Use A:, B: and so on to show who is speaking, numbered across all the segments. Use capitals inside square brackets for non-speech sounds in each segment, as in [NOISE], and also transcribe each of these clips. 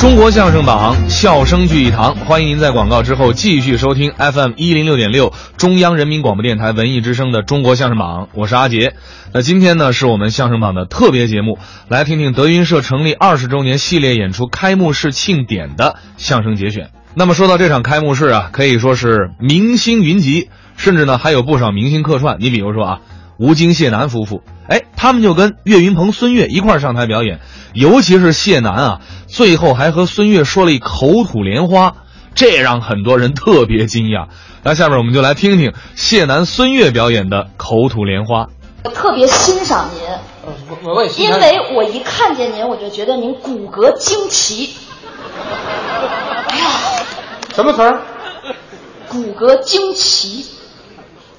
A: 中国相声榜，笑声聚一堂。欢迎您在广告之后继续收听 FM 一零六点六中央人民广播电台文艺之声的《中国相声榜》，我是阿杰。那今天呢，是我们相声榜的特别节目，来听听德云社成立二十周年系列演出开幕式庆典的相声节选。那么说到这场开幕式啊，可以说是明星云集，甚至呢还有不少明星客串。你比如说啊，吴京、谢楠夫妇，哎，他们就跟岳云鹏、孙越一块儿上台表演，尤其是谢楠啊，最后还和孙越说了一口吐莲花，这让很多人特别惊讶。那下面我们就来听听谢楠、孙越表演的口吐莲花。
B: 我特别欣赏您，
C: 呃我我我也是
B: 因为我一看见您，我就觉得您骨骼惊奇，
C: 什么词儿，
B: 骨骼惊奇，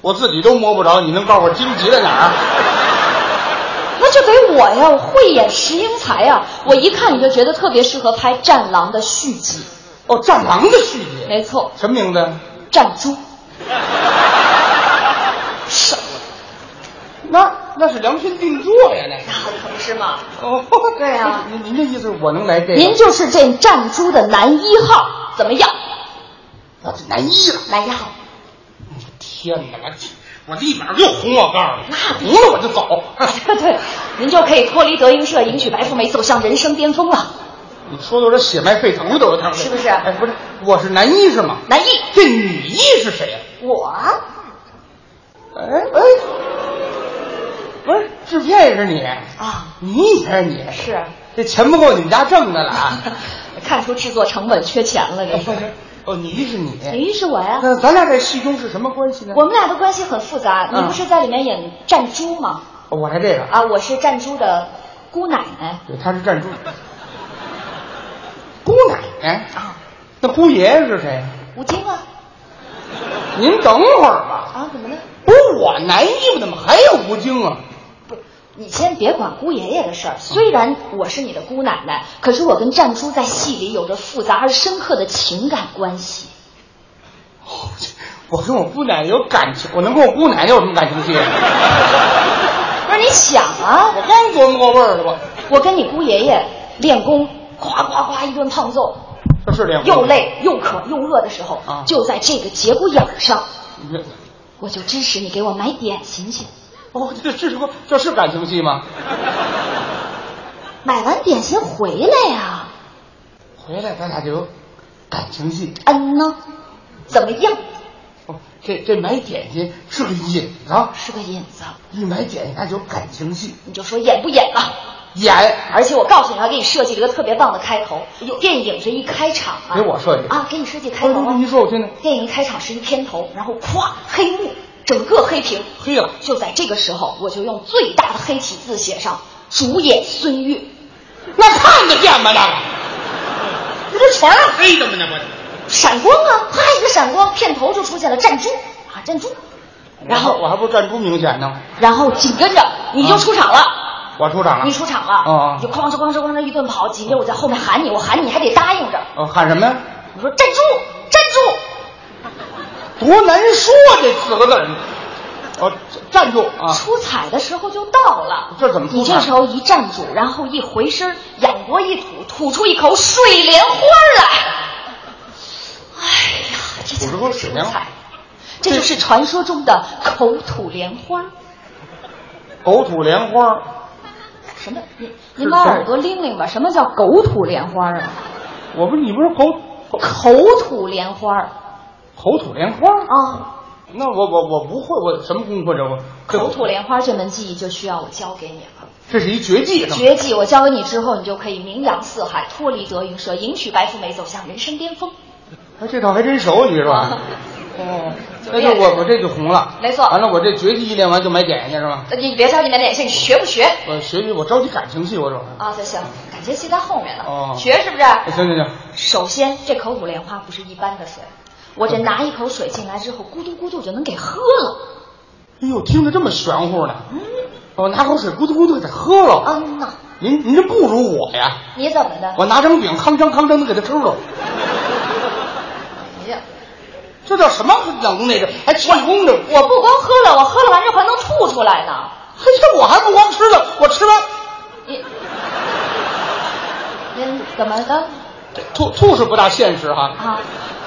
C: 我自己都摸不着，你能告诉我荆棘在哪儿？
B: 那就给我呀，我慧眼识英才呀，我一看你就觉得特别适合拍《战狼》的续集，
C: 哦，战狼的续集，
B: 没错，
C: 什么名字？
B: 战
C: [LAUGHS]
B: 猪，
C: 那那是良心定做呀，那是。
B: 可不是嘛，
C: 哦，
B: 对呀
C: [LAUGHS] 您您这意思，我能来这个？
B: 您就是这战猪的男一号，怎么样？
C: 我这男一了，
B: 男一号， [LAUGHS]
C: 天哪，我这我立马就红，我告诉你，
B: 那
C: 红了我就走。 [LAUGHS]
B: 对，您就可以脱离德云社，迎娶白富美，走向人生巅峰了，
C: 你说的我这血脉沸腾的，我当时
B: 是不啊是
C: 哎，不是，我是男一是吗？
B: 男一，
C: 这女一是谁呀、
B: 我
C: 哎哎，不是制片也是你，
B: 啊
C: 你也是你，
B: 是。啊
C: 这钱不够你们家挣的了啊！
B: [LAUGHS] 看出制作成本缺钱了，这
C: 不
B: 是。
C: 是，哦，你是你，
B: 你是我哎呀，
C: 那咱俩在戏中是什么关系呢？
B: 我们俩的关系很复杂。你
C: 嗯
B: 不是在里面演战猪吗？
C: 哦我我来这个，
B: 啊，我是战猪的姑奶奶
C: 对，他是站住。姑奶奶，
B: 啊，
C: 那姑爷爷是谁？
B: 吴京啊
C: 您等会儿吧，
B: 啊，怎么了？
C: 不是我男一吗？怎么还有吴京啊？
B: 不，你先别管姑爷爷的事儿。虽然我是你的姑奶奶，可是我跟战猪在戏里有着复杂而深刻的情感关系。
C: 哦我跟我姑奶奶有感情，我能跟我姑奶奶有什么感情戏？啊
B: 不是你想啊，
C: 我刚琢磨过味儿了，我
B: 我跟你姑爷爷练功，夸夸夸一顿胖揍，
C: 这是两个
B: 又。累又渴又饿的时候，
C: 啊
B: 就在这个节骨眼儿上，
C: 你这
B: 我就支持你给我买点心去。
C: 哦，这这是这是感情戏吗？
B: 买完点心回来呀、
C: 回来咱俩就有感情戏。
B: 嗯呢，怎么样？
C: 哦，这这买点心是个瘾啊，
B: 是个引子，
C: 一买点心那就有感情戏。
B: 你就说演不演吧。
C: 演，
B: 而且我告诉你，我还给你设计了一个特别棒的开头。电影这一开场啊，
C: 给我设计
B: 啊，给你设计开
C: 不是
B: 头啊。
C: 您说我听听。
B: 电影一开场是一片头，然后咵黑幕，整个黑屏。
C: 黑了
B: 就在这个时候，我就用最大的黑体字写上主演孙越。
C: 那看得见吗？那个，这不全是黑的吗？那不，
B: 啊闪光啊，啪一个闪光，片头就出现了战猪啊，战猪。然后，
C: 我还不是站出明显呢，
B: 然后紧跟着你就出场了。
C: 我出场了。
B: 你出场了，
C: 哦
B: 你就哐哧哐哧哐哧一顿跑，紧接着我在后面喊你，我喊你还得答应着，
C: 哦，喊什么呀？
B: 我说站住，站住，
C: 多难说这四个字儿。哦，站住啊！
B: 出彩的时候就到了。
C: 这怎么出彩
B: 你这时候一站住，然后一回身，仰脖一吐，吐出一口水莲花来。哎呀，这才
C: 吐出口水莲
B: 出
C: 花
B: 彩这就是传说中的口吐莲花。
C: 狗吐莲花，
B: 什么？您您把耳朵拎拎吧。什么叫狗吐莲花啊？
C: 我不是你不是狗狗
B: 口吐莲花
C: 口吐莲花？
B: 啊。
C: 那我我我不会，我什么功夫这我这
B: 口吐莲花这门技艺就需要我教给你了。
C: 这是一绝技是吗？
B: 绝技我教给你之后，你就可以名扬四海，脱离德云社，迎娶白富美，走向人生巅峰。
C: 哎，这套还真熟，你
B: [LAUGHS]
C: 是吧？
B: 嗯
C: 哦，那就我我这就红了，
B: 没错
C: 完了，我这绝技一练完就买点心去是吧？
B: 呃你别着急买点心，你学不学？
C: 我学习，我着急感情戏，我主要是。
B: 啊，行行，感情戏在后面呢。
C: 哦
B: 学是不
C: 哎
B: 是？
C: 行行行，
B: 首先，这口吐莲花不是一般的水，我这拿一口水进来之后，咕嘟咕嘟就能给喝了。
C: 哎呦，听着这么玄乎呢。我拿口水咕嘟咕嘟给它喝了。
B: 嗯呐，
C: 您您这不如我呀！
B: 你怎么的？
C: 我拿张饼吭锵吭锵的给它吃了，
B: 你这
C: 这叫什么能耐？这还气功这？
B: 我不光喝了，我喝了完之后还能吐出来呢。
C: 嘿，这我还不光吃了，我吃完
B: 你，您怎么的？
C: 吐吐是不大现实
B: [LAUGHS]
C: 哈。
B: 啊，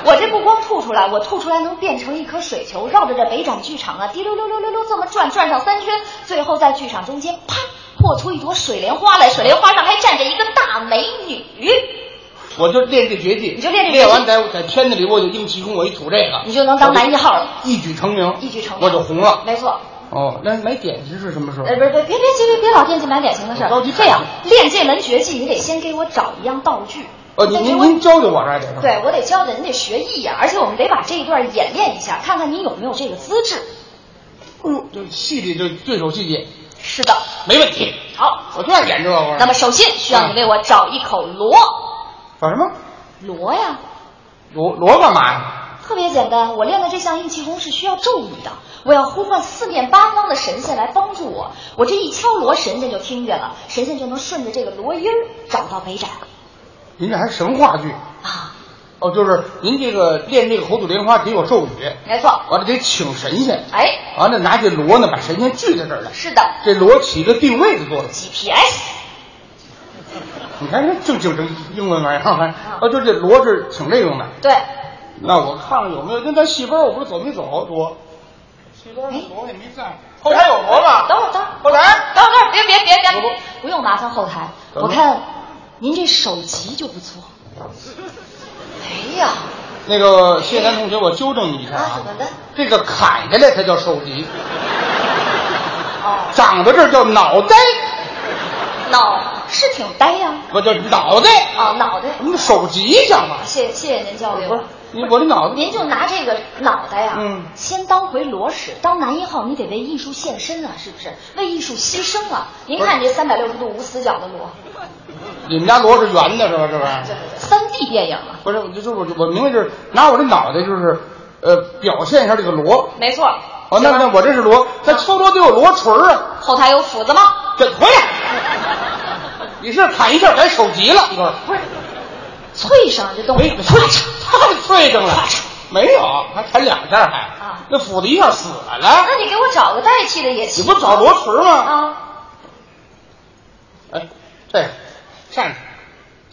B: 我这不光吐出来，我吐出来能变成一颗水球，绕着这北展剧场啊，滴溜溜溜溜溜这么转，转上三圈，最后在剧场中间啪破出一朵水莲花来，水莲花上还站着一个大美女。
C: 我就练这绝技，
B: 你就练这绝技
C: 练完在在圈子里我就硬气功，我一吐这个，
B: 你就能当男一号了，
C: 一举成名，
B: 一举成名，
C: 我就红了。
B: 没错，
C: 哦，那买点心是什么时候？
B: 呃，不是，别别别别别老惦记买点心的事儿。
C: 我着急
B: 这样练这门绝技，你得先给我找一样道具。
C: 哦，
B: 得
C: 您
B: 给
C: 您
B: 我
C: 您教教我这儿点。，
B: 对我得教的，你得学艺呀、而且我们得把这一段演练一下，看看你有没有这个资质。
C: 哎呦，就戏里就对手戏剧，
B: 是的，
C: 没问题。
B: 好。
C: 我就爱演这个。
B: 那么首先需要你为我找一口锣，
C: 找什么？
B: 锣呀，
C: 罗罗干嘛呀？
B: 特别简单。我练的这项硬气功是需要咒语的，我要呼唤四面八方的神仙来帮助我。我这一敲锣，神仙就听见了，神仙就能顺着这个锣音儿找到北展
C: 您这还神话剧？
B: 啊。
C: 哦，就是您这个练这个猴子莲花得有咒语，
B: 没错，
C: 完了得请神仙，
B: 哎，
C: 完了拿这锣呢把神仙聚在这儿来。
B: 是的
C: 这锣起一个定位的作用。
B: ，GPS。
C: 你看这正经正英文玩意
B: 嗯
C: 儿，还哦，就这锣是挺这用的。
B: 对，
C: 那我看看有没有，那咱戏班我不是走没走锣？戏班
B: 哎
C: 锣也没在，后台有锣吗？
B: 等会儿，等会儿，
C: 后台
B: 等会儿，别别别别
C: 我
B: 别，不用麻烦后台，
C: 怎
B: 我
C: 么
B: 看您这手疾就不错。
C: 嗯
B: 哎呀，
C: 那个谢楠同学，我纠正你一下
B: 啊
C: 啊
B: 怎么的，
C: 这个砍下来才叫首级，
B: 哦，
C: 长到这儿叫脑袋，
B: 脑是挺呆呀、
C: 我叫脑袋，
B: 啊，脑袋。
C: 我们首级像吗？
B: 谢谢谢您交
C: 不
B: 流
C: 是。，你我这脑袋
B: 您就拿这个脑袋呀、
C: 哦嗯
B: 先当回螺使，当男一号，你得为艺术献身啊，是不是？为艺术牺牲啊！您
C: 不是
B: 看这三百六十度无死角的螺，
C: 你们家锣是圆的是吧？这玩意
B: 这
C: 儿
B: 三 D 电影啊，
C: 不是，就是我我明白就是拿我这脑袋就是，呃，表现一下这个锣。
B: 没错。
C: 哦，那
B: 啊
C: 那我这是锣，咱敲锣得有锣锤儿啊。
B: 后台有斧子吗？
C: 这回来，
B: [LAUGHS]
C: 你是砍一下咱手急了，
B: 不是，脆上这东
C: 没
B: 西，
C: 太太脆正了，没有，还砍两下还，
B: 啊
C: 那斧子一下死
B: 那
C: 了，
B: 你给我找个代替的也
C: 你
B: 行。
C: 不找罗池吗？
B: 啊？
C: 哎，这样站着，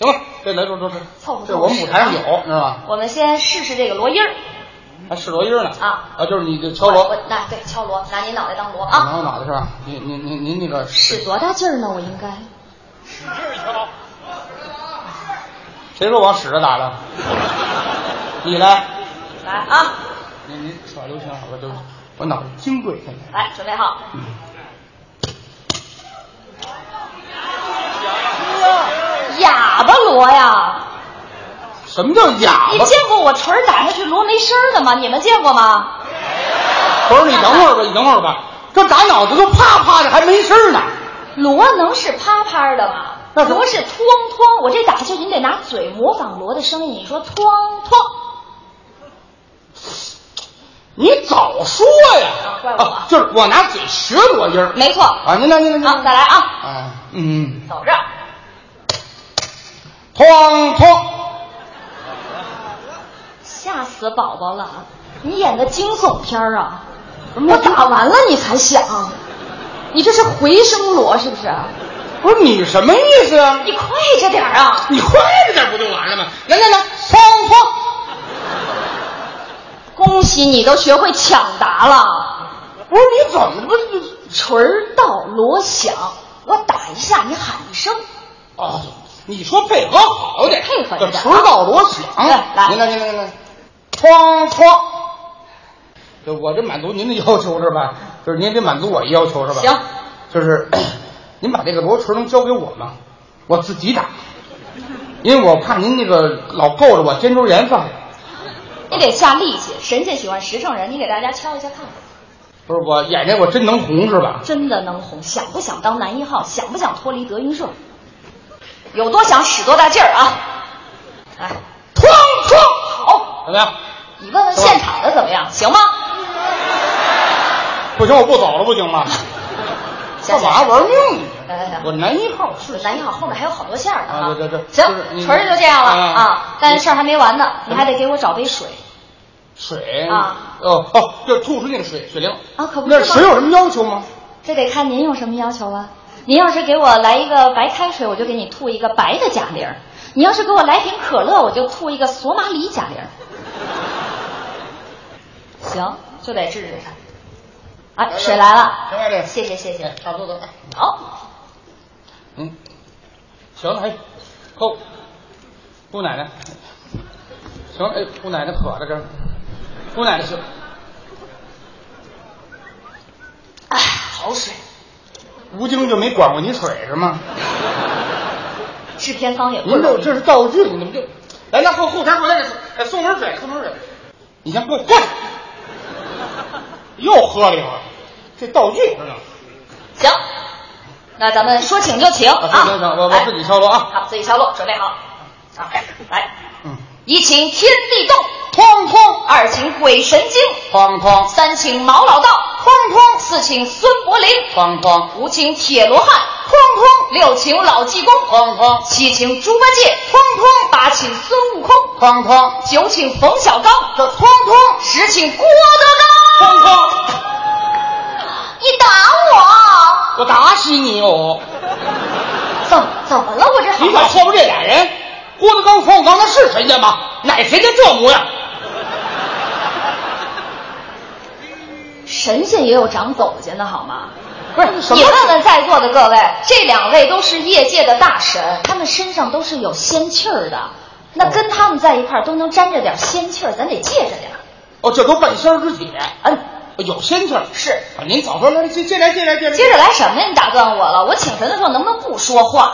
C: 行了，这来罗罗池
B: 凑合凑合，
C: 这我们舞台上有，知道吗？
B: 我们先试试这个罗音儿
C: 还是罗音呢
B: 啊
C: 啊，就是你这敲
B: 我
C: 锣，哦
B: 那对敲锣，拿您脑袋当锣
C: 然后
B: 啊。
C: 脑袋是吧？您您您您那个
B: 使多大劲儿呢？我应该
C: 谁说往使着打的？你来，
B: 来啊，
C: 你你耍流行，我就我脑袋金贵现在。
B: 来哎准备好。哑巴锣呀！
C: 什么叫哑
B: 你
C: 巴？
B: 见过我锤儿打下去锣没声儿的吗？你们见过吗？
C: 不是你等会儿吧，你等会儿吧，这打脑袋都啪啪的，还没事儿呢。
B: 锣能是啪啪的吗？
C: 那是
B: 锣是哐哐，我这打下去，你得拿嘴模仿锣的声音。你说哐哐，
C: 你早说呀！
B: 怪我
C: 啊就是我拿嘴学罗音儿
B: 没错。
C: 啊！您来，您来，您
B: 啊，
C: 来。
B: 再来啊，
C: 啊，嗯，
B: 走着。
C: 哐哐，
B: 吓死宝宝了！啊你演的惊悚片儿啊！
C: 什么
B: 我打完了你才响，你这是回声锣是不是？
C: 不是你什么意思啊？
B: 你快着点儿啊！
C: 你快着点不就完了吗？来来来，哐哐！
B: 恭喜你都学会抢答了，
C: 不是你怎么不是？
B: 锤儿到锣响，我打一下你喊一声，
C: 哦，你说配合好点，
B: 配合着
C: 这
B: 点
C: 迟到锣响。
B: 来来
C: 您来，您来，您来，哐哐。就我这满足您的要求
B: [LAUGHS]
C: 是吧？就是您得满足我一要求是吧？
B: 行，
C: 就是 [CLEARS THROAT] 咳您把这个罗锤能交给我吗？我自己打，因为我怕您那个老够着我肩周炎犯。
B: 你得下力气。神仙喜欢实诚人，你给大家敲一下看看，
C: 不是我眼睛我真能红是吧？
B: 真的能红。想不想当男一号？想不想脱离德云社？有多想使多大劲儿啊！来，哐哐，好。
C: 怎么样？
B: 你问问现场的怎么样，行吗？
C: 不行，我不走了，不行吗？
B: 行
C: 干嘛玩命呢？
B: 来来来
C: 我男一号是
B: 咱要后面还有好多馅儿呢
C: 啊对对对
B: 行
C: 就是，你
B: 锤儿就这样了
C: 啊
B: 啊，但是事儿还没完呢，
C: 什
B: 你
C: 么
B: 还得给我找杯水
C: 水
B: 啊
C: 哦哦，就是吐出那个水水灵。
B: 啊，可不
C: 那
B: 是
C: 水
B: 吗？
C: 有什么要求吗？
B: 这得看您有什么要求啊。您要是给我来一个白开水，我就给你吐一个白的贾玲儿；你要是给我来瓶可乐，我就吐一个索马里贾
C: [LAUGHS]
B: 玲儿。行，就得治治他。哎，水来了，
C: 行吧，这
B: 谢谢谢谢。
C: 差不多了。
B: 好，
C: 嗯，行了，哎，够，姑奶奶，行了，哎，姑奶奶渴了这儿，姑奶奶行，
B: 哎，好水，
C: 吴京就没管过你水是吗？
B: 制片方也不
C: 您
B: 容
C: 这
B: 易。
C: 这是道具，你怎么就来那后后台回来哎送瓶水，送瓶水，你先给我过去，又喝了一会儿，这道具知道吗？
B: 行，那咱们说请就请啊！
C: 行行行，我我自己敲锣啊，
B: 好，自己敲锣，准备好。啊，来，
C: 嗯，
B: 一请天地动，
C: 哐哐
B: 二请鬼神惊，
C: 哐哐
B: 三请毛老道，哐哐；四请孙伯龄，
C: 哐哐
B: 五请铁罗汉，哐哐；六请老济公，
C: 哐哐
B: 七请猪八戒，哐哐；八请孙悟空，
C: 哐哐，
B: 九请冯小刚，
C: 这哐哐
B: 十请郭德纲。
C: 哐哐，
B: 啊你打我？
C: 我打死你哦！
B: 怎怎么了？我这
C: 你敢
B: 好
C: 后边这俩人，郭德纲、冯小刚，他是神仙吗？哪神仙这模样？
B: 神仙也有长走去的好吗？
C: 不是什
B: 你
C: 么？
B: 问
C: 嗯
B: 问在座的各位，这两位都是业界的大神，他们身上都是有仙气儿的，
C: 哦
B: 那跟他们在一块儿都能沾着点仙气儿，咱得借着点儿。
C: 哦，这都半仙儿之体，
B: 嗯，
C: 有仙气儿。
B: 是。
C: 啊您早说，来接接来接来接来。
B: 接着来什么呀？你打断我了。我请神的时候能不能不说话？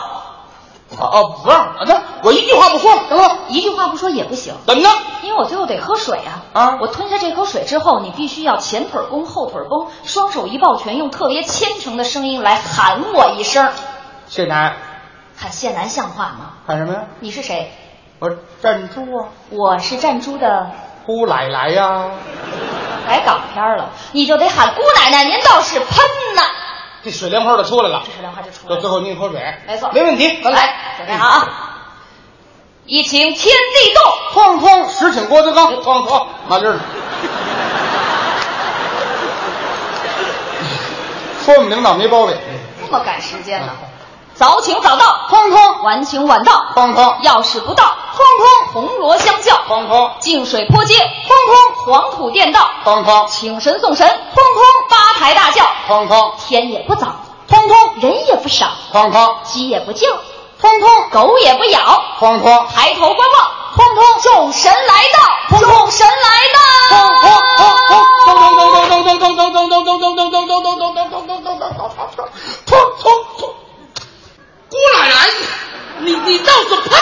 C: 啊啊，不让啊，那我一句话不说，行了，
B: 一句话不说也不行，
C: 怎么呢？
B: 因为我最后得喝水啊。
C: 啊
B: 我吞下这口水之后，你必须要前腿弓，后腿绷，双手一抱拳，用特别虔诚的声音来喊我一声。
C: 嗯谢楠，
B: 喊谢楠像话吗？
C: 喊什么呀？
B: 你是谁？
C: 我说站住啊！
B: 我是战猪的
C: 姑奶奶呀，
B: 改港片儿了，你就得喊姑奶奶，您倒是喷呐！
C: 这水莲花就出来了
B: 这。是莲花就出来
C: 这最
B: 了。
C: 后您一口水，
B: 没错
C: 没问题，咱
B: 来，准备好
C: 嗯
B: 啊！一请天地动，
C: 哐哐，实请郭德纲，哐哐，马丽儿。说我们领导没包围，
B: 这么赶时间呢？早请早到，
C: 嗯哐哐，
B: 晚请晚到，
C: 哐哐，
B: 要是不到，哐哐红螺相叫，
C: 哐哐，
B: 净水泼街，哐哐黄土垫道，
C: 哐哐，
B: 请神送神，哐哐八抬大轿，
C: 哐哐，
B: 天也不早，哐哐人也不少，
C: 哐哐，
B: 鸡也不叫，哐哐狗也不咬，
C: 哐哐，
B: 抬头观望，轰轰，众神来到，众神来到，
C: 哐哐，哐哐，咚咚咚咚咚咚咚咚咚咚咚咚咚咚咚咚咚咚咚咚咚咚咚，哐哐哐，姑奶奶，你你倒是喷